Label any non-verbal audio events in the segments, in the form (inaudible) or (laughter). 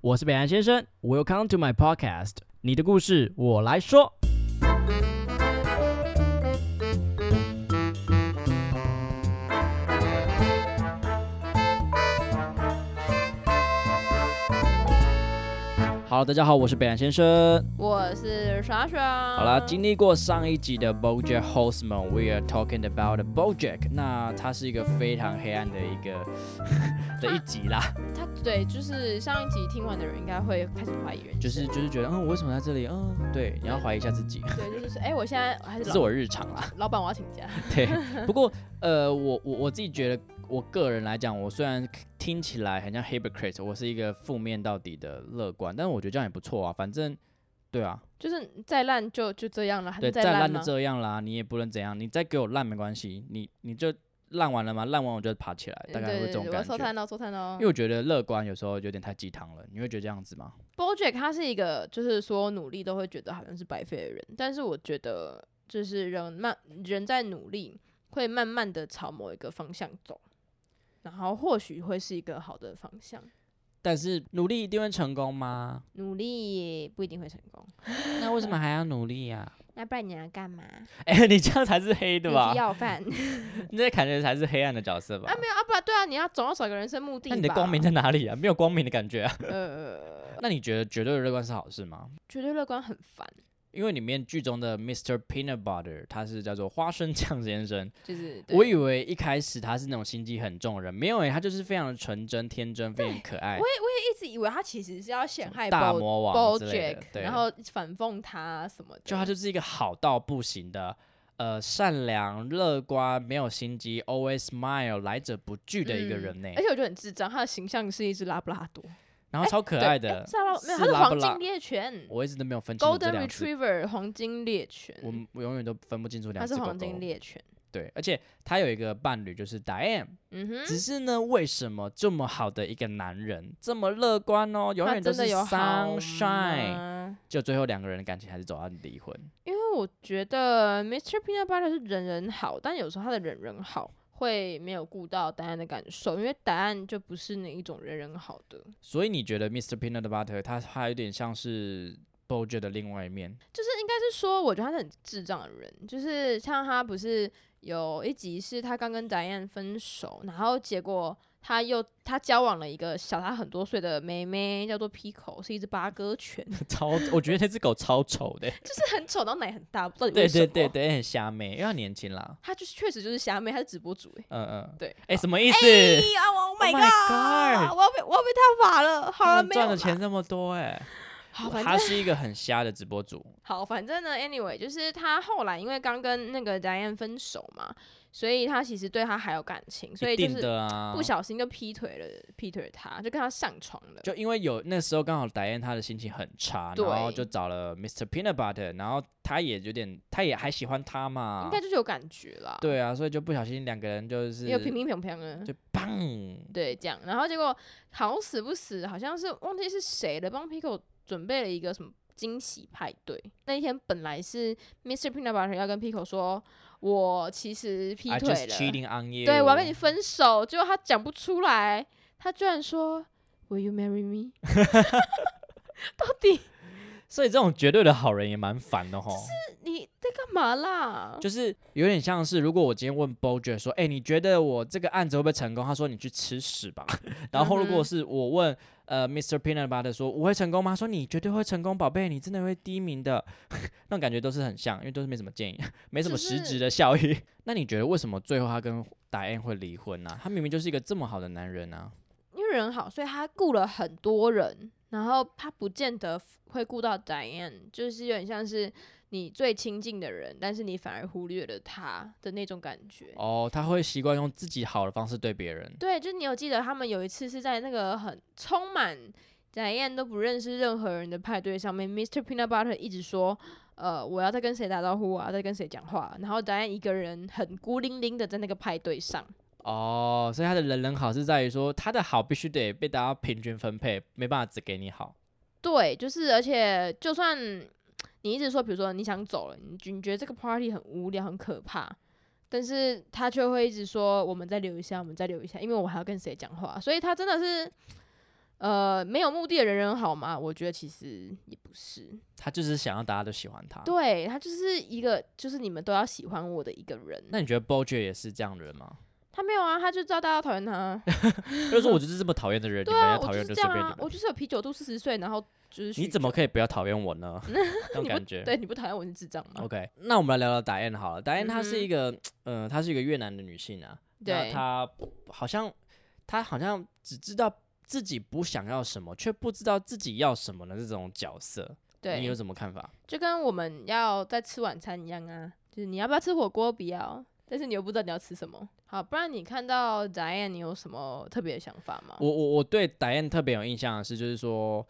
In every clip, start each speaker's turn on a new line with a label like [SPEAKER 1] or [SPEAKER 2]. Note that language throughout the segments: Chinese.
[SPEAKER 1] 我是北岸先生，Welcome to my podcast，你的故事我来说。Hello，大家好，我是北岸先生。
[SPEAKER 2] 我是莎莎。
[SPEAKER 1] 好啦，经历过上一集的 BoJack Horseman，we are talking about BoJack。那它是一个非常黑暗的一个 (laughs) 的一集啦，
[SPEAKER 2] 他对，就是上一集听完的人应该会开始怀疑人生，
[SPEAKER 1] 就是就是觉得，嗯，我为什么在这里？嗯，对，你要怀疑一下自己，
[SPEAKER 2] 对，就是说哎、我现在还
[SPEAKER 1] 这
[SPEAKER 2] 是
[SPEAKER 1] 是
[SPEAKER 2] 老
[SPEAKER 1] 我日常啦。
[SPEAKER 2] 老板，我要请假。
[SPEAKER 1] 对，不过呃，我我我自己觉得，我个人来讲，我虽然听起来很像 hypocrite，我是一个负面到底的乐观，但是我觉得这样也不错啊，反正。对啊，
[SPEAKER 2] 就是再烂就就这样了，还
[SPEAKER 1] 对，
[SPEAKER 2] 能
[SPEAKER 1] 再
[SPEAKER 2] 啊烂
[SPEAKER 1] 烂就
[SPEAKER 2] 吗？
[SPEAKER 1] 这样啦，你也不能怎样，你再给我烂没关系，你你就烂完了嘛，烂完我就爬起来，
[SPEAKER 2] 嗯
[SPEAKER 1] 大
[SPEAKER 2] 对
[SPEAKER 1] 概会这
[SPEAKER 2] 对对，
[SPEAKER 1] 种
[SPEAKER 2] 我
[SPEAKER 1] 感
[SPEAKER 2] 要收
[SPEAKER 1] 觉。
[SPEAKER 2] 摊喽，收摊喽
[SPEAKER 1] 因为。我觉得乐观有时候有点太鸡汤了，你会觉得这样子吗？
[SPEAKER 2] BoJack 他是一个，就是所有努力都会觉得好像是白费的人，但是我觉得就是人慢人在努力，会慢慢的朝某一个方向走，然后或许会是一个好的方向。
[SPEAKER 1] 但是努力一定会成功吗？
[SPEAKER 2] 努力也不一定会成功，
[SPEAKER 1] 那为什么还要努力啊呀、
[SPEAKER 2] 那不然你要干嘛？
[SPEAKER 1] (laughs) 哎、你这样才是黑的
[SPEAKER 2] 你
[SPEAKER 1] 吧 (laughs)
[SPEAKER 2] 去？要饭。 (laughs)
[SPEAKER 1] 你这感觉才是黑暗的角色吧
[SPEAKER 2] 啊，？没有啊，不然对啊，你要总要找个人生目的吧。
[SPEAKER 1] 那你的光明在哪里啊？没有光明的感觉啊？ (laughs)
[SPEAKER 2] 呃，
[SPEAKER 1] 那你觉得绝对的乐观是好事吗？
[SPEAKER 2] 绝对乐观很烦，
[SPEAKER 1] 因为里面剧中的 Mr. Peanut Butter 他是叫做花生酱先生，
[SPEAKER 2] 就是对
[SPEAKER 1] 我以为一开始他是那种心机很重的人，没有诶、他就是非常的纯真、天真、非常可爱
[SPEAKER 2] 我，也我也一直以为他其实是要陷害
[SPEAKER 1] 大
[SPEAKER 2] Bo
[SPEAKER 1] 魔王之类的
[SPEAKER 2] BoJack，。
[SPEAKER 1] 对
[SPEAKER 2] 然后反讽他什么的。
[SPEAKER 1] 就他就是一个好到不行的，呃，善良、乐观、没有心机，always smile，来者不拒的一个
[SPEAKER 2] 嗯
[SPEAKER 1] 人呢、
[SPEAKER 2] 而且我觉得很智障，他的形象是一只拉布拉多，
[SPEAKER 1] 然
[SPEAKER 2] 哎
[SPEAKER 1] 后超可爱的，
[SPEAKER 2] 是啊拉布没有，
[SPEAKER 1] 是
[SPEAKER 2] 他是
[SPEAKER 1] 拉布
[SPEAKER 2] 黄
[SPEAKER 1] 拉
[SPEAKER 2] 金，猎犬
[SPEAKER 1] 我一直都没有分清楚这
[SPEAKER 2] ，Golden
[SPEAKER 1] 两只，
[SPEAKER 2] Retriever 黄金猎
[SPEAKER 1] 我
[SPEAKER 2] 犬，
[SPEAKER 1] 们我永远都分不清楚两
[SPEAKER 2] 他
[SPEAKER 1] 只
[SPEAKER 2] 是
[SPEAKER 1] 狗狗。
[SPEAKER 2] 黄金猎犬。
[SPEAKER 1] 对，而且他有一个伴侣就是 Diane，、
[SPEAKER 2] 嗯哼，
[SPEAKER 1] 只是呢，为什么这么好的一个男人，这么乐观哦，永
[SPEAKER 2] 他
[SPEAKER 1] 远都
[SPEAKER 2] 真
[SPEAKER 1] 是
[SPEAKER 2] 的有好
[SPEAKER 1] sunshine，
[SPEAKER 2] 吗
[SPEAKER 1] 就最后两个人的感情还是走到离婚。
[SPEAKER 2] 因为我觉得 Mr. Peanut Butter 是人人好，但有时候他的人人好会没有顾到答案的感受，因为答案就不是那一种人人好的，
[SPEAKER 1] 所以你觉得 Mr. Peanut Butter 他他有点像是 BoJack 的另外一面？ (laughs)
[SPEAKER 2] 就是应该是说，我觉得他是很智障的人，就是像他不是有一集是他刚跟 Diane 分手，然后结果。他又他交往了一个小他很多岁的妹妹，叫做 Pico，是一只八哥犬， (laughs)
[SPEAKER 1] 超，我觉得那只狗超丑的。欸
[SPEAKER 2] 就是很丑，然后奶很大，不知道你
[SPEAKER 1] 对
[SPEAKER 2] 为什
[SPEAKER 1] 对对
[SPEAKER 2] 么。
[SPEAKER 1] 对，很瞎妹，因为它年轻啦。
[SPEAKER 2] 他就是确实就是虾妹，他是直播主哎、
[SPEAKER 1] 嗯嗯，
[SPEAKER 2] 对，
[SPEAKER 1] 哎，什么意思？
[SPEAKER 2] 哎呀，Oh
[SPEAKER 1] (laughs) Oh
[SPEAKER 2] my god！
[SPEAKER 1] my god
[SPEAKER 2] 我要被我要被他罚了。好
[SPEAKER 1] 他
[SPEAKER 2] 了，
[SPEAKER 1] 们
[SPEAKER 2] 没有
[SPEAKER 1] 赚的
[SPEAKER 2] 啦
[SPEAKER 1] 钱这么多哎，
[SPEAKER 2] 好，反
[SPEAKER 1] 他
[SPEAKER 2] 正
[SPEAKER 1] 是一个很瞎的直播主。
[SPEAKER 2] 好，反正呢，anyway，就是他后来因为刚跟那个 Diane 分手嘛，所以他其实对他还有感情，所以
[SPEAKER 1] 一
[SPEAKER 2] 就
[SPEAKER 1] 定
[SPEAKER 2] 是
[SPEAKER 1] 的啊，
[SPEAKER 2] 不小心就劈腿了，劈腿他就跟他上床了。
[SPEAKER 1] 就因为有那时候刚好达燕她的心情很差，然后
[SPEAKER 2] 对
[SPEAKER 1] 就找了 Mr. Peanut Butter，然后他也有点，他也还喜欢他嘛
[SPEAKER 2] 应，该就是有感觉啦，，
[SPEAKER 1] 啊对啊，所以就不小心两个人就是嗯
[SPEAKER 2] 有平平平平的，
[SPEAKER 1] 就砰，
[SPEAKER 2] 对，这样，然后结果好死不死，好像是忘记是谁了，帮 Pico 准备了一个什么惊喜派对。那一天本来是 Mr. Peanut Butter 要跟 Pico 说，我其实劈
[SPEAKER 1] I
[SPEAKER 2] 腿
[SPEAKER 1] just
[SPEAKER 2] 了，
[SPEAKER 1] 啊 cheating on you，
[SPEAKER 2] 对我要跟你分手，结果他讲不出来，他居然说 Will you marry me？到底
[SPEAKER 1] 所以这种绝对的好人也蛮烦的吼，
[SPEAKER 2] 你在干嘛啦？
[SPEAKER 1] 就是有点像是，如果我今天问 BoJack 说，哎、你觉得我这个案子会不会成功？他说你去吃屎吧。然后如
[SPEAKER 2] 嗯
[SPEAKER 1] 果
[SPEAKER 2] 哼
[SPEAKER 1] 是我问呃 Mr. Peanut Butter 说我会成功吗？他说你绝对会成功，宝贝，你真的会第一名的。那种感觉都是很像，因为都是没什么建议，没什么
[SPEAKER 2] 只
[SPEAKER 1] 实
[SPEAKER 2] 是
[SPEAKER 1] 质的效益。那你觉得为什么最后他跟达恩会离婚呢、他明明就是一个这么好的男人啊。
[SPEAKER 2] 因为人好，所以他雇了很多人，然后他不见得会顾到 Diane，就是有点像是你最亲近的人，但是你反而忽略了他的那种感觉。
[SPEAKER 1] 哦，他会习惯用自己好的方式对别人。
[SPEAKER 2] 对，就是你有记得他们有一次是在那个很充满 Diane 都不认识任何人的派对上面，Mr. Peanut Butter 一直说。呃，我要再跟谁打招呼啊？再跟谁讲话？然后 Diane 一个人很孤零零的在那个派对上，
[SPEAKER 1] 哦，所以他的人人好是在于说他的好必须得被大家平均分配，没办法只给你好。
[SPEAKER 2] 对，就是而且就算你一直说，比如说你想走了，你觉你觉得这个 party 很无聊、很可怕，但是他却会一直说我们再留一下，我们再留一下，因为我还要跟谁讲话，所以他真的是呃没有目的的人人好吗？我觉得其实也不是，
[SPEAKER 1] 他就是想要大家都喜欢他。
[SPEAKER 2] 对他就是一个就是你们都要喜欢我的一个人。
[SPEAKER 1] 那你觉得 BoJack 也是这样的人吗？ (laughs)
[SPEAKER 2] 他没有啊，他就知道大家讨厌他。啊
[SPEAKER 1] 就是说我就是这么讨厌的人，你
[SPEAKER 2] 对
[SPEAKER 1] 们
[SPEAKER 2] 啊，
[SPEAKER 1] 要
[SPEAKER 2] 我
[SPEAKER 1] 讨
[SPEAKER 2] 就
[SPEAKER 1] 厌就
[SPEAKER 2] 是这
[SPEAKER 1] 随
[SPEAKER 2] 样
[SPEAKER 1] 便你
[SPEAKER 2] 啊，我
[SPEAKER 1] 们。
[SPEAKER 2] 就是有啤酒肚四十岁，然后就是
[SPEAKER 1] 你怎么可以不要讨厌我
[SPEAKER 2] (laughs)
[SPEAKER 1] 呢？这种
[SPEAKER 2] 你不
[SPEAKER 1] 感觉
[SPEAKER 2] 以。对你不讨厌我是智障
[SPEAKER 1] (laughs)
[SPEAKER 2] 吗？
[SPEAKER 1] OK，那我们来聊聊达燕好了。达燕她
[SPEAKER 2] 嗯
[SPEAKER 1] 是
[SPEAKER 2] 哼
[SPEAKER 1] 一个，嗯、呃，她是一个越南的女性啊。那
[SPEAKER 2] 对
[SPEAKER 1] 她好像，她好像只知道自己不想要什么，却不知道自己要什么的这种角色，你有
[SPEAKER 2] 对，
[SPEAKER 1] 什么看法？
[SPEAKER 2] 就跟我们要在吃晚餐一样啊，就是你要不要吃火锅？不要，但是你又不知道你要吃什么。好，不然你看到 Diane，你有什么特别的想法吗？
[SPEAKER 1] 我我我对达燕特别有印象的是，就是说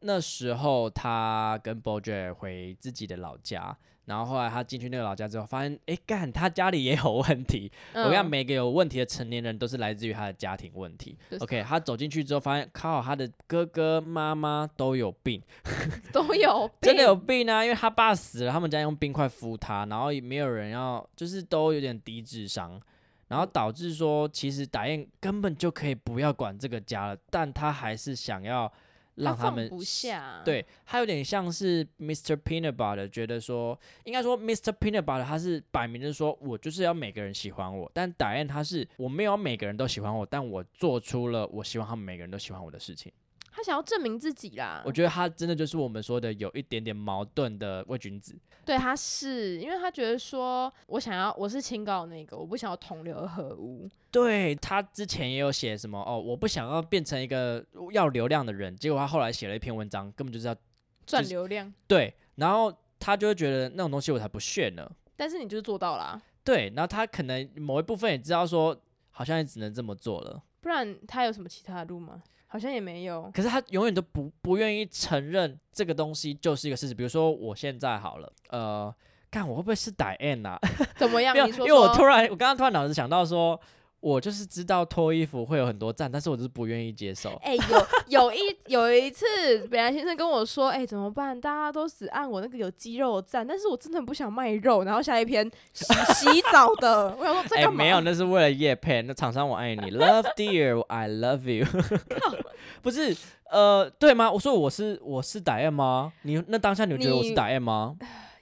[SPEAKER 1] 那时候她跟 BoJack 回自己的老家，然后后来她进去那个老家之后，发现，哎、干，她家里也有问题，
[SPEAKER 2] 嗯
[SPEAKER 1] 我跟你讲，每个有问题的成年人都是来自于他的家庭问题
[SPEAKER 2] 就。是
[SPEAKER 1] OK，他走进去之后发现，靠，他的哥哥妈妈都有病，
[SPEAKER 2] (laughs) 都有
[SPEAKER 1] (laughs) 真的有
[SPEAKER 2] 病
[SPEAKER 1] 病啊！因为他爸死了，他们家用冰块敷他，然后也没有人要，就是都有点低智商，然后导致说，其实打燕根本就可以不要管这个家了，但他还是想要让
[SPEAKER 2] 他
[SPEAKER 1] 他
[SPEAKER 2] 放
[SPEAKER 1] 们
[SPEAKER 2] 不下。啊
[SPEAKER 1] 对，他有点像是 Mr. Peanut Butter，觉得说，应该说 Mr. Peanut Butter，他是摆明的说，我就是要每个人喜欢我，但打燕他是我没有每个人都喜欢我，但我做出了我希望他们每个人都喜欢我的事情。
[SPEAKER 2] 他想要证明自己啦。
[SPEAKER 1] 我觉得他真的就是我们说的有一点点矛盾的伪君子。
[SPEAKER 2] 对，他是因为他觉得说，我想要我是清高的那个，我不想要同流合污。
[SPEAKER 1] 对他之前也有写什么哦，我不想要变成一个要流量的人，结果他后来写了一篇文章，根本就是要
[SPEAKER 2] 赚
[SPEAKER 1] 就是
[SPEAKER 2] 流量，
[SPEAKER 1] 对，然后他就会觉得那种东西我才不屑呢。
[SPEAKER 2] 但是你就是做到啦，
[SPEAKER 1] 对，然后他可能某一部分也知道说，好像也只能这么做了。
[SPEAKER 2] 不然他有什么其他的路吗？好像也没有。
[SPEAKER 1] 可是他永远都不不愿意承认这个东西就是一个事实。比如说我现在好了，呃，看我会不会是歹 N 啊？
[SPEAKER 2] 怎么样？
[SPEAKER 1] 没有，
[SPEAKER 2] 你
[SPEAKER 1] 因
[SPEAKER 2] 说
[SPEAKER 1] 为我
[SPEAKER 2] 说
[SPEAKER 1] 突然我刚刚突然脑子想到说，我就是知道脱衣服会有很多赞，但是我就是不愿意接受。
[SPEAKER 2] 哎、有有一有一次，北兰先生跟我说，哎、怎么办？大家都只按我那个有肌肉赞，但是我真的很不想卖肉。然后
[SPEAKER 1] (laughs)
[SPEAKER 2] 下一篇洗洗澡的，我想说这
[SPEAKER 1] 哎、
[SPEAKER 2] 干嘛？
[SPEAKER 1] 没有，那是为了叶配。那厂商我爱你 (laughs) ，Love dear, I love
[SPEAKER 2] (laughs)
[SPEAKER 1] you 。 (laughs) 不是，呃，对吗？我说我是我是歹 N 吗？你那当下你觉得我是
[SPEAKER 2] 你
[SPEAKER 1] 歹 N 吗？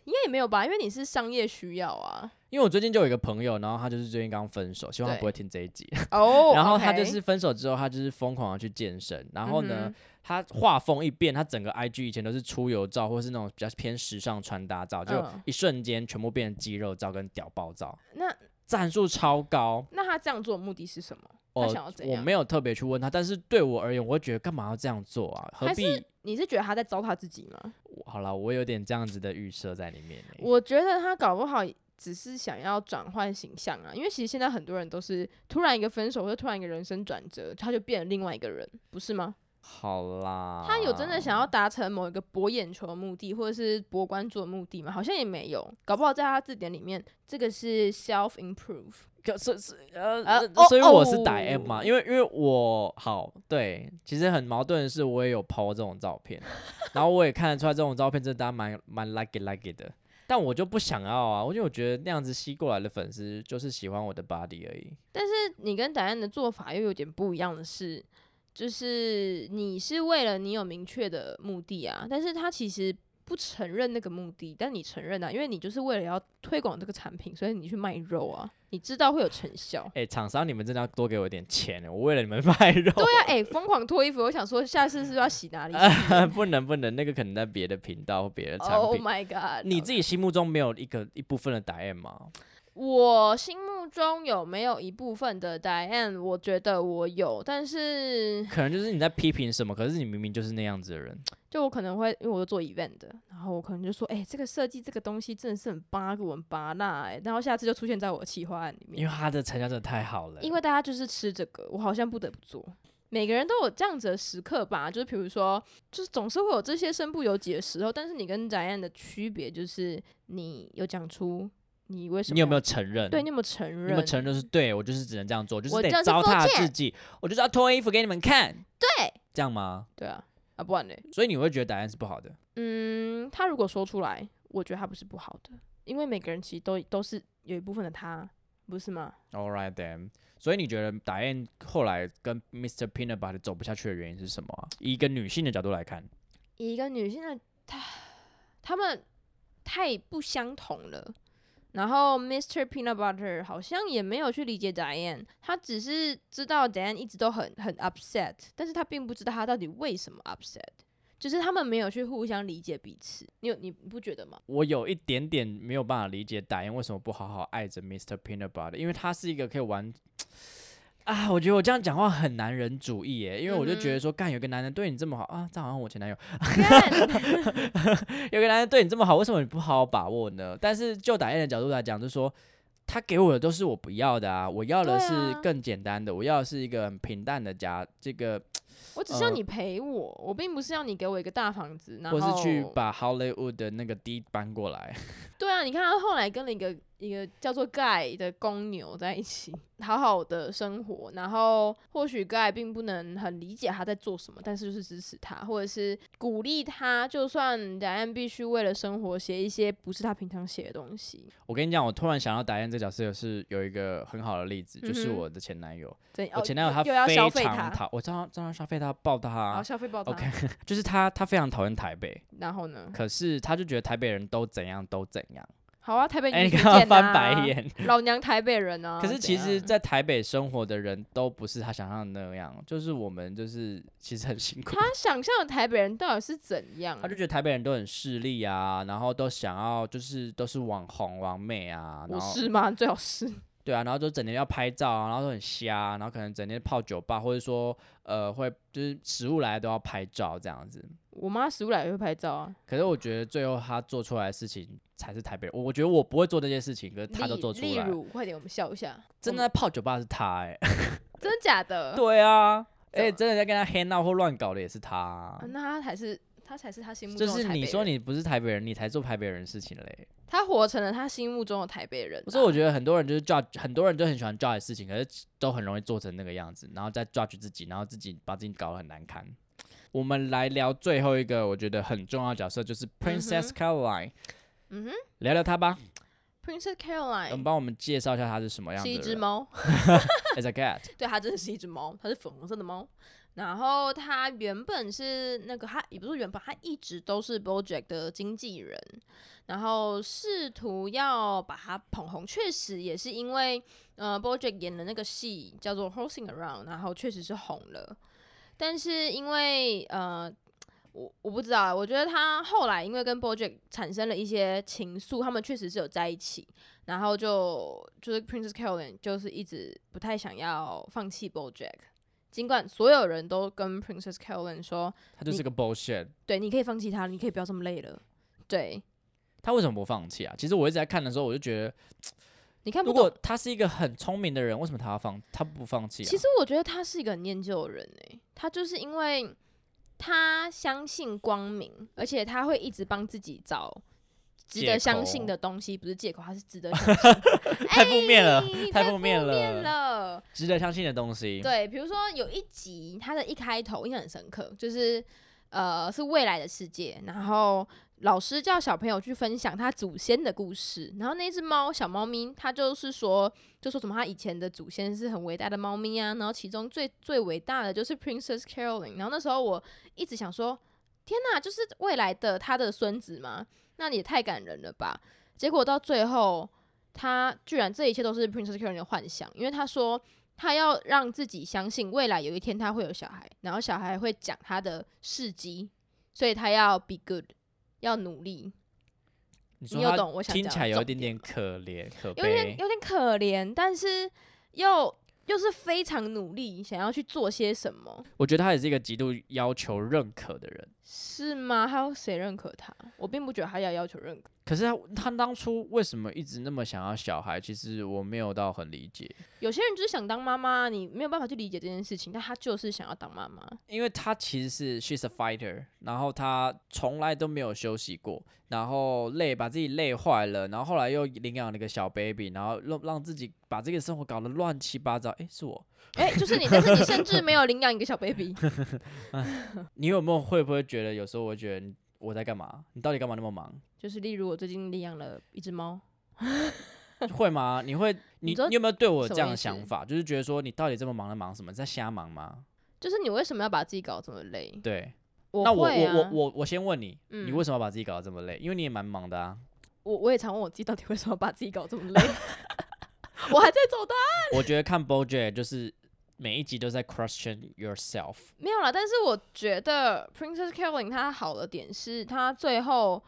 [SPEAKER 2] 应该也没有吧，因为你是商业需要
[SPEAKER 1] (laughs)
[SPEAKER 2] 啊。
[SPEAKER 1] 因为我最近就有一个朋友，然后他就是最近刚分手，希望他
[SPEAKER 2] 对
[SPEAKER 1] 不会听这一集。
[SPEAKER 2] 哦、
[SPEAKER 1] 然后他
[SPEAKER 2] OK
[SPEAKER 1] 就是分手之后，他就是疯狂的去健身，然后呢，
[SPEAKER 2] 嗯哼
[SPEAKER 1] 他画风一变，他整个 IG 以前都是出游照或是那种比较偏时尚穿搭照，就
[SPEAKER 2] 嗯
[SPEAKER 1] 一瞬间全部变成肌肉照跟屌爆照，
[SPEAKER 2] 那
[SPEAKER 1] 赞数超高。
[SPEAKER 2] 那他这样做的目的是什么？他
[SPEAKER 1] 哦
[SPEAKER 2] 想要怎，
[SPEAKER 1] 我
[SPEAKER 2] 样？
[SPEAKER 1] 没有特别去问他，但是对我而言，我会觉得干嘛要这样做啊？何
[SPEAKER 2] 还
[SPEAKER 1] 必
[SPEAKER 2] 是？你是觉得他在糟蹋自己吗？
[SPEAKER 1] 好了，我有点这样子的预设在里面欸、
[SPEAKER 2] 我觉得他搞不好只是想要转换形象啊，因为其实现在很多人都是突然一个分手或者突然一个人生转折，他就变了另外一个人，不是吗？
[SPEAKER 1] 好啦，
[SPEAKER 2] 他有真的想要达成某一个博眼球的目的，或者是博关注的目的吗？好像也没有，搞不好在他字典里面，这个是 self improve。
[SPEAKER 1] 可是是呃，
[SPEAKER 2] 啊
[SPEAKER 1] 呃
[SPEAKER 2] 哦
[SPEAKER 1] 所以我是打
[SPEAKER 2] 哦
[SPEAKER 1] M 嘛，因为因为我好对，其实很矛盾的是，我也有 PO 这种照片，然后我也看得出来这种照片真的大家蛮蛮 like it like it 的，但我就不想要啊，因为我觉得那样子吸过来的粉丝就是喜欢我的 body 而已。
[SPEAKER 2] 但是你跟答案的做法又有点不一样的是，就是你是为了你有明确的目的啊，但是他其实不承认那个目的，但你承认啊，因为你就是为了要推广这个产品，所以你去卖肉啊，你知道会有成效。
[SPEAKER 1] 哎、厂商你们真的要多给我一点钱欸，我为了你们卖肉，
[SPEAKER 2] 对啊，哎、疯狂脱衣服，我想说下次是不是要洗哪里？
[SPEAKER 1] (laughs) 不能不能，那个可能在别的频道或别的产
[SPEAKER 2] Oh
[SPEAKER 1] 品。
[SPEAKER 2] my god！
[SPEAKER 1] 你自己心目中没有一个一部分的打 M 吗？
[SPEAKER 2] 我心目中有没有一部分的 Diane？我觉得我有，但是
[SPEAKER 1] 可能就是你在批评什么，可是你明明就是那样子的人。
[SPEAKER 2] 就我可能会，因为我都做 event 的，然后我可能就说，哎、这个设计这个东西真的是很八个文八辣、欸，然后下次就出现在我的企划案里面，
[SPEAKER 1] 因为他的成交真的太好了，
[SPEAKER 2] 因为大家就是吃这个，我好像不得不做。每个人都有这样子的时刻吧，就是比如说，就是总是会有这些身不由己的时候，但是你跟 Diane 的区别就是，你有讲出你为什么
[SPEAKER 1] 你有没有
[SPEAKER 2] 要
[SPEAKER 1] 承认？
[SPEAKER 2] 对，你有没有承认？
[SPEAKER 1] 你有没有承认是对我就是只能这样做，就是
[SPEAKER 2] 我
[SPEAKER 1] 得
[SPEAKER 2] 就是
[SPEAKER 1] 糟
[SPEAKER 2] 作
[SPEAKER 1] 蹋
[SPEAKER 2] 贱
[SPEAKER 1] 自己，我就是要脱衣服给你们看，对，这样吗？
[SPEAKER 2] 对啊，啊，不然嘞，
[SPEAKER 1] 所以你会觉得答案是不好的，
[SPEAKER 2] 嗯，他如果说出来，我觉得他不是不好的，因为每个人其实都都是有一部分的他，不是吗？
[SPEAKER 1] All right then。所以你觉得 Diane 后来跟 Mr. Peanut Butter 走不下去的原因是什么啊？以一个女性的角度来看，
[SPEAKER 2] 以一个女性的她，她们太不相同了。然后 Mr. Peanut Butter 好像也没有去理解 Diane，他只是知道 Diane 一直都很很 upset，但是他并不知道他到底为什么 upset，就是他们没有去互相理解彼此。你有你不觉 (laughs) 得吗？
[SPEAKER 1] 我有一点点没有办法理解 Diane 为什么不好好爱着 Mr. Peanut Butter，因为他是一个可以玩。啊，我觉得我这样讲话很男人主义耶，因为我就
[SPEAKER 2] 嗯
[SPEAKER 1] 觉得说，干有个男人对你这么好啊，这好像我前男友，
[SPEAKER 2] 看
[SPEAKER 1] 有个男人对你这么好，为什么你不好好把握呢？但是就打 A 的角度来讲，就是说他给我的都是我不要的啊，我要的
[SPEAKER 2] 对
[SPEAKER 1] 是
[SPEAKER 2] 啊
[SPEAKER 1] 更简单的，我要的是一个很平淡的家，这个
[SPEAKER 2] 我只是要
[SPEAKER 1] 呃
[SPEAKER 2] 你陪我，我并不是要你给我一个大房子，然后
[SPEAKER 1] 或是去把 Hollywood 的那个 D 搬过来。 (laughs)
[SPEAKER 2] 对啊，你看他后来跟了一个一个叫做盖的公牛在一起，好好的生活。然后或许盖并不能很理解他在做什么，但是就是支持他，或者是鼓励他。就算莱恩必须为了生活写一些不是他平常写的东西，
[SPEAKER 1] 我跟你讲，我突然想到打 A 这角色是有一个很好的例子，就是
[SPEAKER 2] 嗯哼
[SPEAKER 1] 我的前男友，
[SPEAKER 2] 怎
[SPEAKER 1] 我前男友他
[SPEAKER 2] 哦又要消费
[SPEAKER 1] 非常
[SPEAKER 2] 他
[SPEAKER 1] 讨，我知道知道消费他爆他
[SPEAKER 2] 然后
[SPEAKER 1] 啊、
[SPEAKER 2] 消费爆他嗯
[SPEAKER 1] OK，就是 (laughs) 他他非常讨厌台北，
[SPEAKER 2] 然后呢？
[SPEAKER 1] 可是他就觉得台北人都怎样都怎样。
[SPEAKER 2] 好啊，台北
[SPEAKER 1] 哎、
[SPEAKER 2] 女
[SPEAKER 1] 你
[SPEAKER 2] 子
[SPEAKER 1] 看他
[SPEAKER 2] 见啊
[SPEAKER 1] 翻白眼。
[SPEAKER 2] 老娘台北人啊！
[SPEAKER 1] 可是
[SPEAKER 2] 怎
[SPEAKER 1] 其实，
[SPEAKER 2] 样
[SPEAKER 1] 在台北生活的人都不是他想象的那样，就是我们就是其实很辛苦。
[SPEAKER 2] 他想象的台北人到底是怎样啊？
[SPEAKER 1] 他就觉得台北人都很势利啊，然后都想要就是都是网红、网美啊，然
[SPEAKER 2] 我
[SPEAKER 1] 后
[SPEAKER 2] 是吗？ (laughs) 最好是。
[SPEAKER 1] 对啊，然后就整天要拍照啊，然后都很瞎啊，然后可能整天泡酒吧，或者说呃会就是食物来都要拍照这样子。
[SPEAKER 2] 我妈食物来也会拍照啊。
[SPEAKER 1] 可是我觉得最后他做出来的事情才是台北人，我我觉得我不会做这些事情，可是他都
[SPEAKER 2] 例
[SPEAKER 1] 做出
[SPEAKER 2] 例
[SPEAKER 1] 来。
[SPEAKER 2] 如，快点，我们啊笑一下。
[SPEAKER 1] 真的在泡酒吧的是他哎、
[SPEAKER 2] 我们，真假的？
[SPEAKER 1] (laughs) 对啊，
[SPEAKER 2] 怎
[SPEAKER 1] 哎、
[SPEAKER 2] 么
[SPEAKER 1] 真的在跟他 hang out 或乱搞的也是他啊、
[SPEAKER 2] 啊那他才是他才是他心目
[SPEAKER 1] 就
[SPEAKER 2] 中的
[SPEAKER 1] 是
[SPEAKER 2] 台北
[SPEAKER 1] 你说
[SPEAKER 2] 人
[SPEAKER 1] 你不是台北人，你才做台北人的事情嘞。
[SPEAKER 2] 他活成了他心目中的台北人啊、
[SPEAKER 1] 所以我觉得很多人就是 judge，很多人都很喜欢 judge 的事情，可是都很容易做成那个样子，然后再 judge 自己，然后自己把自己搞得很难堪。我们来聊最后一个我觉得很重要的角色，就是 Princess
[SPEAKER 2] 嗯哼
[SPEAKER 1] Caroline，、
[SPEAKER 2] 嗯哼
[SPEAKER 1] 聊聊她吧。能
[SPEAKER 2] ，Princess Caroline
[SPEAKER 1] 帮我们介绍一下她是什么样
[SPEAKER 2] 是
[SPEAKER 1] 的
[SPEAKER 2] 一
[SPEAKER 1] 人？
[SPEAKER 2] 只猫，
[SPEAKER 1] As a cat，
[SPEAKER 2] 对，它真的是一只猫，它是粉红色的猫。然后它原本是那个，它也不是原本，它一直都是 BoJack 的经纪人，然后试图要把它捧红。确实也是因为，呃，BoJack 演的那个戏叫做《Horsing Around》，然后确实是红了。但是因为呃，我我不知道啊，我觉得他后来因为跟 BoJack 产生了一些情愫，他们确实是有在一起，然后就就是 Princess Caroline 就是一直不太想要放弃 BoJack，尽管所有人都跟 Princess Caroline 说，
[SPEAKER 1] 她就是个 bullshit。
[SPEAKER 2] 对，你可以放弃他，你可以不要这么累了，对，
[SPEAKER 1] 她为什么不放弃啊？其实我一直在看的时候，我就觉得，
[SPEAKER 2] 你看不
[SPEAKER 1] 如
[SPEAKER 2] 懂
[SPEAKER 1] 果她是一啊个很聪明的人，为什么她要放，她不放弃啊？
[SPEAKER 2] 其实我觉得他是一个很念旧的人诶、他就是因为他相信光明，而且他会一直帮自己找值
[SPEAKER 1] 借
[SPEAKER 2] 得
[SPEAKER 1] 口
[SPEAKER 2] 相信的东西，不是借口，他是
[SPEAKER 1] (laughs)
[SPEAKER 2] 值得相信。
[SPEAKER 1] (laughs) 太负面了
[SPEAKER 2] 哎，
[SPEAKER 1] 太
[SPEAKER 2] 负
[SPEAKER 1] 负面
[SPEAKER 2] 面
[SPEAKER 1] 了，
[SPEAKER 2] 了。
[SPEAKER 1] 值得相信的东西。
[SPEAKER 2] 对，比如说有一集，它的一开头印象很深刻，就是呃是未来的世界，然后老师叫小朋友去分享他祖先的故事，然后那只猫小猫咪，它就是说就说什么它以前的祖先是很伟大的猫咪啊，然后其中最最伟大的就是 Princess Caroline，然后那时候我一直想说，天哪，就是未来的他的孙子吗？那你也太感人了吧！结果到最后，他居然这一切都是 Princess Caroline 的幻想，因为他说他要让自己相信未来有一天他会有小孩，然后小孩会讲他的事迹，所以他要 be good，要努力。
[SPEAKER 1] 你
[SPEAKER 2] 你
[SPEAKER 1] 说
[SPEAKER 2] 有
[SPEAKER 1] 她
[SPEAKER 2] 懂我想
[SPEAKER 1] 听
[SPEAKER 2] 讲
[SPEAKER 1] 起
[SPEAKER 2] 的
[SPEAKER 1] 来有一
[SPEAKER 2] 重
[SPEAKER 1] 点点可怜可
[SPEAKER 2] 有点
[SPEAKER 1] 悲。
[SPEAKER 2] 有点可怜，但是又又是非常努力，想要去做些什么，
[SPEAKER 1] 我觉得他也是一个极度要求认可的人。
[SPEAKER 2] 是吗？还有谁认可他？我并不觉得他要要求认可。
[SPEAKER 1] 可是他他当初为什么一直那么想要小孩？其实我没有到很理解，
[SPEAKER 2] 有些人就是想当妈妈，你没有办法去理解这件事情，但他就是想要当妈妈。
[SPEAKER 1] 因为他其实是 she's a fighter，然后他从来都没有休息过，然后累把自己累坏了，然后后来又领养了一个小 baby，然后让让自己把这个生活搞得乱七八糟。诶，是我，
[SPEAKER 2] 哎、就是你，但是你甚至没有领养一个小 baby。
[SPEAKER 1] 你有没有会不会觉得有时候我会觉得你我在干嘛？你到底干嘛那么忙？
[SPEAKER 2] 就是例如我最近领养了一只猫，
[SPEAKER 1] 会吗？你会
[SPEAKER 2] 你
[SPEAKER 1] 你
[SPEAKER 2] 说
[SPEAKER 1] 你有没有对我有
[SPEAKER 2] 什
[SPEAKER 1] 这样
[SPEAKER 2] 么意
[SPEAKER 1] 的
[SPEAKER 2] 思
[SPEAKER 1] 想法？就是觉得说你到底这么忙在忙什么？你在瞎忙吗？
[SPEAKER 2] 就是你为什么要把自己搞这么累？
[SPEAKER 1] 对，
[SPEAKER 2] 我
[SPEAKER 1] 那我
[SPEAKER 2] 会
[SPEAKER 1] 我我
[SPEAKER 2] 啊，
[SPEAKER 1] 我我先问你，你
[SPEAKER 2] 嗯
[SPEAKER 1] 为什么要把自己搞得这么累？因为你也蛮忙的啊。
[SPEAKER 2] 我我也常问我自己到底为什么把自己搞这么累，
[SPEAKER 1] (laughs)
[SPEAKER 2] 我还在找答案。
[SPEAKER 1] 我觉得看 BoJack 就是每一集都在 question yourself。
[SPEAKER 2] 没有啦，但是我觉得 Princess Caroline 她好的点是，她最后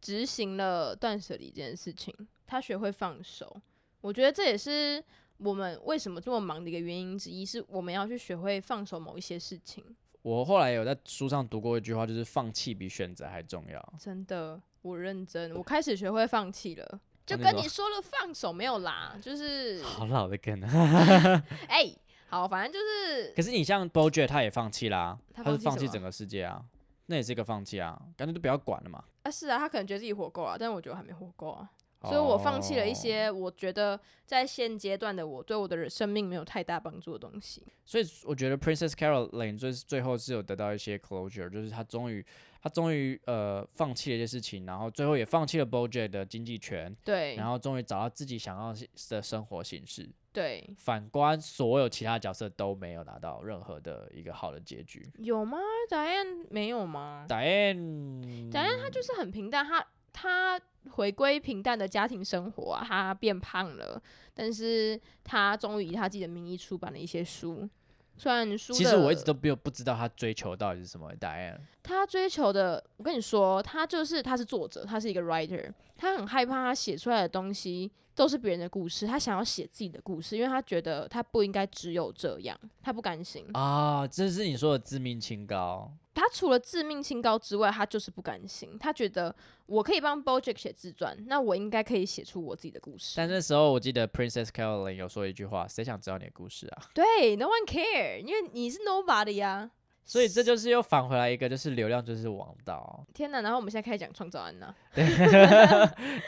[SPEAKER 2] 执行了断舍离这件事情，她学会放手。我觉得这也是我们为什么这么忙的一个原因之一，是我们要去学会放手某一些事情。
[SPEAKER 1] 我后来有在书上读过一句话，就是放弃比选择还重要。
[SPEAKER 2] 真的，我认真，我开始学会放弃了。就
[SPEAKER 1] 那
[SPEAKER 2] 跟
[SPEAKER 1] 什么
[SPEAKER 2] 你说了放手没有啦，
[SPEAKER 1] (laughs)
[SPEAKER 2] 就是
[SPEAKER 1] 好老的梗啊！
[SPEAKER 2] 哎、好，反正就是
[SPEAKER 1] 可是你像 BoJack 他也放弃啦、
[SPEAKER 2] 他
[SPEAKER 1] 他是
[SPEAKER 2] 放
[SPEAKER 1] 放
[SPEAKER 2] 弃
[SPEAKER 1] 弃
[SPEAKER 2] 什么
[SPEAKER 1] 整个世界啊，那也是一个放弃啊，干脆就不要管了嘛。
[SPEAKER 2] 啊是啊，他可能觉得自己活够了，但我觉得我还没活够啊。所以我放弃了一
[SPEAKER 1] 哦
[SPEAKER 2] 些我觉得在现阶段的我对我的人生命没有太大帮助的东西。
[SPEAKER 1] 所以我觉得 Princess Caroline 最最后是有得到一些 closure，就是她终于她终于呃放弃了一些事情，然后最后也放弃了 BoJack 的经济权，
[SPEAKER 2] 对
[SPEAKER 1] 然后终于找到自己想要的生活形式。
[SPEAKER 2] 对，
[SPEAKER 1] 反观所有其他角色都没有拿到任何的一个好的结局。
[SPEAKER 2] 有吗？Diane 没有吗
[SPEAKER 1] Diane，
[SPEAKER 2] 嗯？Diane 她就是很平淡，她她回归平淡的家庭生活啊，她变胖了，但是她终于以她自己的名义出版了一些书。虽然书
[SPEAKER 1] 其实我一直
[SPEAKER 2] 的
[SPEAKER 1] 都没有不知道他追求到底是什么。Diane，
[SPEAKER 2] 他追求的，我跟你说，他就是他是作者，他是一个 writer，他很害怕他写出来的东西都是别人的故事，他想要写自己的故事，因为他觉得他不应该只有这样，他不甘心。
[SPEAKER 1] 啊，这是你说的自命清高。
[SPEAKER 2] 他除了自命清高之外，他就是不甘心，他觉得我可以帮 BoJack 写自传，那我应该可以写出我自己的故事。
[SPEAKER 1] 但那时候我记得 Princess Caroline 有说一句话：“谁想知道你的故事
[SPEAKER 2] (laughs)
[SPEAKER 1] 啊
[SPEAKER 2] 对，No one care，因为你是 nobody 啊呀、？”
[SPEAKER 1] 所以这就是又返回来一个，就是流量就是王
[SPEAKER 2] (laughs)
[SPEAKER 1] 道。 (laughs)
[SPEAKER 2] 天哪！然后我们现在开始讲创造安娜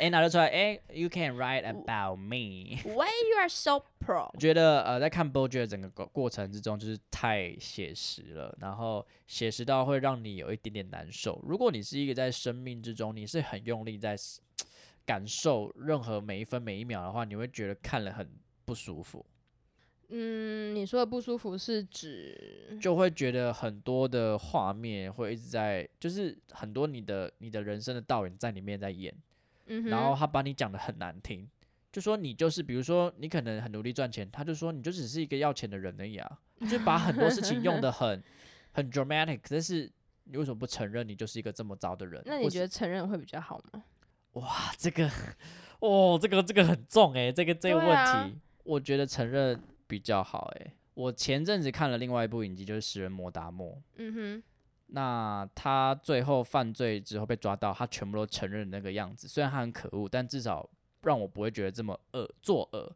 [SPEAKER 1] Anna 就出来，哎、y o u can write about me。
[SPEAKER 2] ，Why you are so pro？
[SPEAKER 1] 我觉得呃，在看 BoJack 的整个过过程之中，就是太写实了，然后写实到会让你有一点点难受。如果你是一个在生命之中，你是很用力在感受任何每一分每一秒的话，你会觉得看了很不舒服，
[SPEAKER 2] 嗯，你说的不舒服是指
[SPEAKER 1] 就会觉得很多的画面会一直在，就是很多你的你的人生的倒影在里面在演，
[SPEAKER 2] 嗯哼，
[SPEAKER 1] 然后他把你讲的很难听。就说你就是，比如说你可能很努力赚钱，他就说你就只是一个要钱的人而已
[SPEAKER 2] (laughs)
[SPEAKER 1] 啊，他就把很多事情用的很很 dramatic，但是你为什么不承认你就是一个这么糟的人？
[SPEAKER 2] 那你觉
[SPEAKER 1] 得
[SPEAKER 2] 得承认会比较好吗？
[SPEAKER 1] 哇，这个哦，这个这个很重诶、这个这个问
[SPEAKER 2] 对
[SPEAKER 1] 题，
[SPEAKER 2] 啊
[SPEAKER 1] 我觉得承认比较好诶、我前阵子看了另外一部影集，就是《食人魔达摩》，
[SPEAKER 2] 嗯
[SPEAKER 1] 那他最后犯罪之后被抓到，他全部都承认那个样子。虽然他很可恶，但至少让我不会觉得这么恶作恶。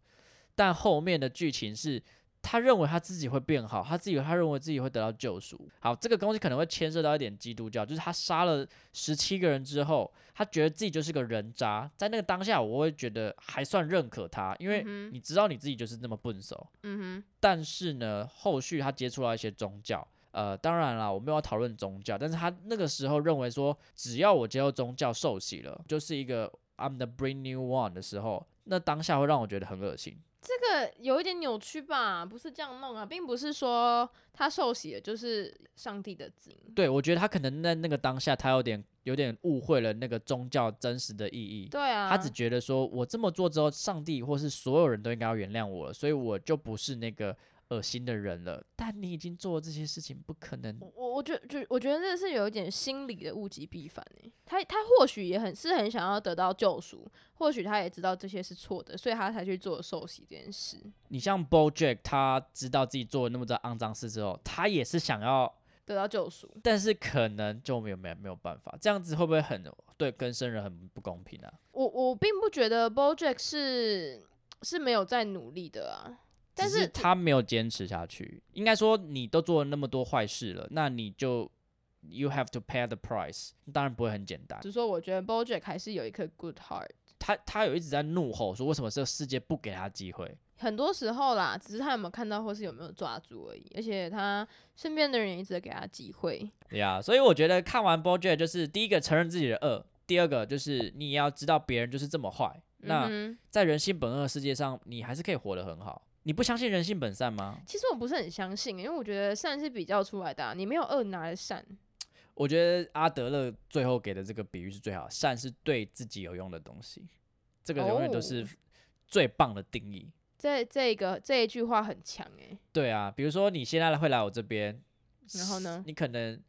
[SPEAKER 1] 但后面的剧情是，他认为他自己会变好，他自己他认为自己会得到救赎。好，这个东西可能会牵涉到一点基督教，就是他杀了十七个人之后，他觉得自己就是个人渣。在那个当下，我会觉得还算认可他，因为
[SPEAKER 2] 嗯哼
[SPEAKER 1] 你知道你自己就是那么笨手。
[SPEAKER 2] 哼，嗯
[SPEAKER 1] 但是呢，后续他接触到一些宗教，呃，当然啦，我没有要讨论宗教，但是他那个时候认为说，只要我接受宗教受洗了，就是一个 I'm the brand new one 的时候，那当下会让我觉得很恶心。
[SPEAKER 2] 哼，这个有一点扭曲吧？不是这样弄啊，并不是说他受洗的就是上帝的子民。
[SPEAKER 1] 对我觉得他可能在那个当下，他有点有点误会了那个宗教真实的意义。
[SPEAKER 2] 对啊，
[SPEAKER 1] 他只觉得说我这么做之后，上帝或是所有人都应该要原谅我了，所以我就不是那个恶心的人了。但你已经做了这些事情，不可能
[SPEAKER 2] 我我我觉就我觉得这是有一点心理的物极必反诶、他他或许也很是很想要得到救赎，或许他也知道这些是错的，所以他才去做受洗这件事。
[SPEAKER 1] 你像 BoJack，他知道自己做了那么多肮脏事之后，他也是想要，
[SPEAKER 2] 得到救赎，
[SPEAKER 1] 但是可能就没有没有没有办法，这样子会不会很对更生人很不公平啊？
[SPEAKER 2] 我我并不觉得 BoJack 是是没有在努力的啊，但
[SPEAKER 1] 只是
[SPEAKER 2] 是
[SPEAKER 1] 他没有坚持下去，应该说你都做了那么多坏事了，那你就 you have to pay the price，当然不会很简单。
[SPEAKER 2] 只是说我觉得 BoJack 还是有一颗 good heart。
[SPEAKER 1] 他他有一直在怒吼说，为什么这个世界不给他机会？
[SPEAKER 2] 很多时候啦，只是他有没有看到或是有没有抓住而已，而且他身边的人也一直在给他机会。
[SPEAKER 1] 对呀，所以我觉得看完 BoJack 就是第一个承认自己的恶，第二个就是你也要知道别人就是这么坏，那
[SPEAKER 2] 嗯哼
[SPEAKER 1] 在人性本恶的世界上，你还是可以活得很好。你不相信人性本善吗？
[SPEAKER 2] 其实我不是很相信，因为我觉得善是比较出来的啊、你没有恶哪来的善？
[SPEAKER 1] 我觉得阿德勒最后给的这个比喻是最好，善是对自己有用的东西，这个永远都是
[SPEAKER 2] 哦
[SPEAKER 1] 最棒的定义。
[SPEAKER 2] 这这个这一句话很强哎、
[SPEAKER 1] 对啊，比如说你现在会来我这边，
[SPEAKER 2] 然
[SPEAKER 1] (laughs)
[SPEAKER 2] 后呢？
[SPEAKER 1] 你可能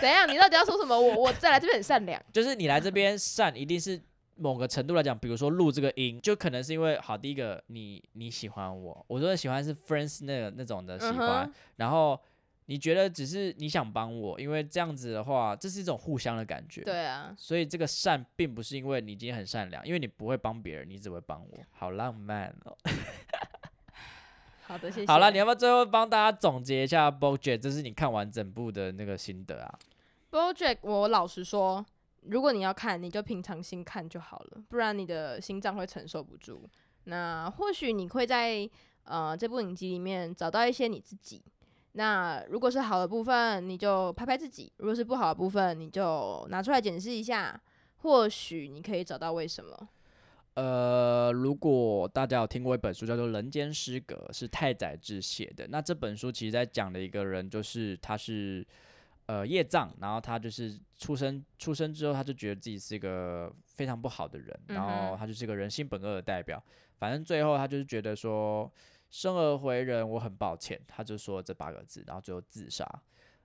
[SPEAKER 2] 怎样？你到底要说什么？我我再来这边很善良，
[SPEAKER 1] 就是你来这边善，一定是某个程度来讲，比如说录这个音，就可能是因为好，第一个你你喜欢我，我说的喜欢是 friends 那个那种的喜
[SPEAKER 2] 嗯
[SPEAKER 1] 欢，
[SPEAKER 2] 哼
[SPEAKER 1] 然后你觉得只是你想帮我，因为这样子的话，这是一种互相的感觉。。
[SPEAKER 2] 对啊，
[SPEAKER 1] 所以这个善并不是因为你今天很善良，因为你不会帮别人，你只会帮我，好浪漫哦。
[SPEAKER 2] 好的，谢谢。
[SPEAKER 1] 好了，你要不要最后帮大家总结一下 BoJack？这是你看完整部的那个心得啊。
[SPEAKER 2] BoJack，我老实说，如果你要看，你就平常心看就好了，不然你的心脏会承受不住。那或许你会在呃这部影集里面找到一些你自己。那如果是好的部分，你就拍拍自己；如果是不好的部分，你就拿出来检视一下。或许你可以找到为什么。
[SPEAKER 1] 呃，如果大家有听过一本书叫做《人间失格》，是太宰治写的。那这本书其实在讲的一个人，就是他是呃业障，然后他就是出生出生之后，他就觉得自己是一个非常不好的人，然
[SPEAKER 2] 嗯
[SPEAKER 1] 后
[SPEAKER 2] 哼
[SPEAKER 1] 他就是一个人性本恶的代表。反正最后他就是觉得说生而为人，我很抱歉，他就说这八个字，然后最后自杀。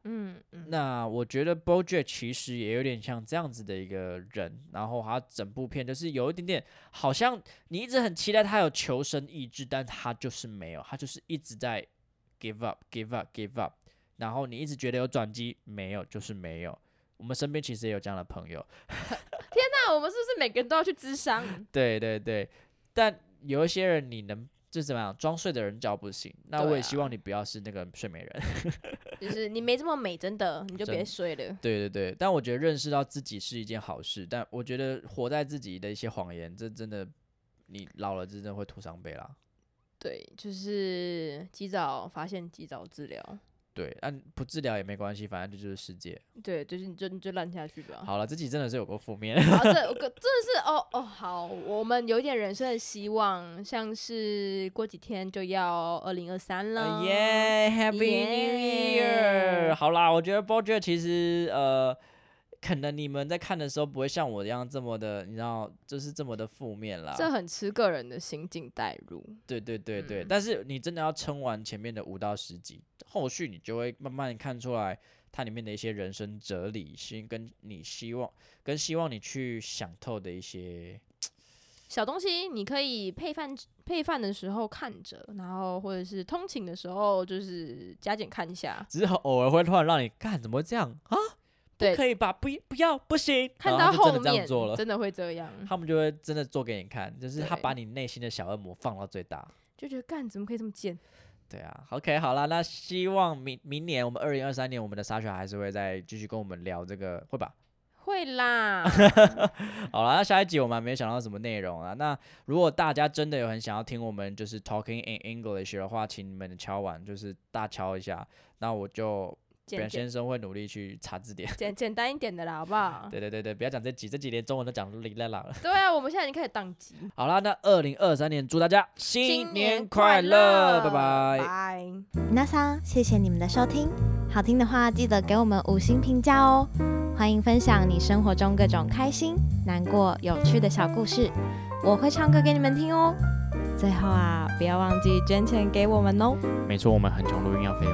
[SPEAKER 2] 嗯嗯，
[SPEAKER 1] 那我觉得 BoJack 其实也有点像这样子的一个人，然后他整部片就是有一点点，好像你一直很期待他有求生意志，但他就是没有，他就是一直在 give up, give up, give up，然后你一直觉得有转机，没有，就是没有。我们身边其实也有这样的朋友，
[SPEAKER 2] 那我们是不是每个人都要去智商？ (laughs)
[SPEAKER 1] 对对对，但有一些人你能就是怎么样，装睡的人叫不醒。那
[SPEAKER 2] 对
[SPEAKER 1] 我也
[SPEAKER 2] 啊
[SPEAKER 1] 希望你不要是那个睡美人。
[SPEAKER 2] 就是你没这么美，真的，你就别
[SPEAKER 1] 真
[SPEAKER 2] 睡了。
[SPEAKER 1] 对对对，但我觉得认识到自己是一件好事，但我觉得活在自己的一些谎言，这真的，你老了真的会徒伤悲啦。
[SPEAKER 2] 对，就是及早发现，及早治疗。
[SPEAKER 1] 对，但不治疗也没关系，反正这就是世界。
[SPEAKER 2] 对，就是你就你就烂下去吧。
[SPEAKER 1] 好了，这集真的是有够负面。
[SPEAKER 2] (laughs)
[SPEAKER 1] 呃
[SPEAKER 2] 好，这我个真的是哦哦好，我们有一点人生的希望，像是过几天就要二零二三了。
[SPEAKER 1] 呃耶、h a p p y New Year！
[SPEAKER 2] 耶
[SPEAKER 1] 好啦，我觉得 BoJack 其实呃，可能你们在看的时候不会像我一样这么的，你知道，就是这么的负面啦。
[SPEAKER 2] 这很吃个人的心境代入。
[SPEAKER 1] 对对对对，
[SPEAKER 2] 嗯
[SPEAKER 1] 但是你真的要撑完前面的五到十集，后续你就会慢慢看出来它里面的一些人生哲理，心跟你希望跟希望你去想透的一些。
[SPEAKER 2] 小东西，你可以配饭配饭的时候看着，然后或者是通勤的时候就是加减看一下。
[SPEAKER 1] 只是偶尔会突然让你干，怎么会这样啊？不
[SPEAKER 2] 对
[SPEAKER 1] 可以吧？不不要，不行。
[SPEAKER 2] 看
[SPEAKER 1] 然后
[SPEAKER 2] 到
[SPEAKER 1] 他
[SPEAKER 2] 后
[SPEAKER 1] 啊就真的这样
[SPEAKER 2] 面
[SPEAKER 1] 做了，
[SPEAKER 2] 真的会这样，
[SPEAKER 1] 他们就会真的做给你看，就是他
[SPEAKER 2] 对
[SPEAKER 1] 把你内心的小恶魔放到最大。
[SPEAKER 2] 就觉得干怎么可以这么贱？
[SPEAKER 1] 对啊，OK，好啦，那希望明明年我们二零二三年我们的沙雪还是会再继续跟我们聊这个，会吧？ (laughs)
[SPEAKER 2] 会啦，
[SPEAKER 1] 好了，那下一集我们还没想到什么内容啊。那如果大家真的有很想要听我们就是 Talking in English 的话，请你们敲碗，就是大敲一下。那我就
[SPEAKER 2] 简
[SPEAKER 1] 本
[SPEAKER 2] 简
[SPEAKER 1] 先生会努力去查字典。
[SPEAKER 2] 简简单一点的啦，好不好？
[SPEAKER 1] 对对对对，不要讲这几这几年中文都讲得零零了。
[SPEAKER 2] 对啊，我们现在已经开始宕机。
[SPEAKER 1] 好啦，那二零二三年祝大家年
[SPEAKER 2] 新年
[SPEAKER 1] 快
[SPEAKER 2] 快
[SPEAKER 1] 乐，
[SPEAKER 2] 乐，
[SPEAKER 1] 拜拜。
[SPEAKER 2] 拜。
[SPEAKER 3] 那桑，谢谢你们的收听。好听的话，记得给我们五星评价哦。欢迎分享你生活中各种开心、难过、有趣的小故事，我会唱歌给你们听哦。最后啊，不要忘记捐钱给我们哦，
[SPEAKER 1] 没错，我们很穷，录音要费用。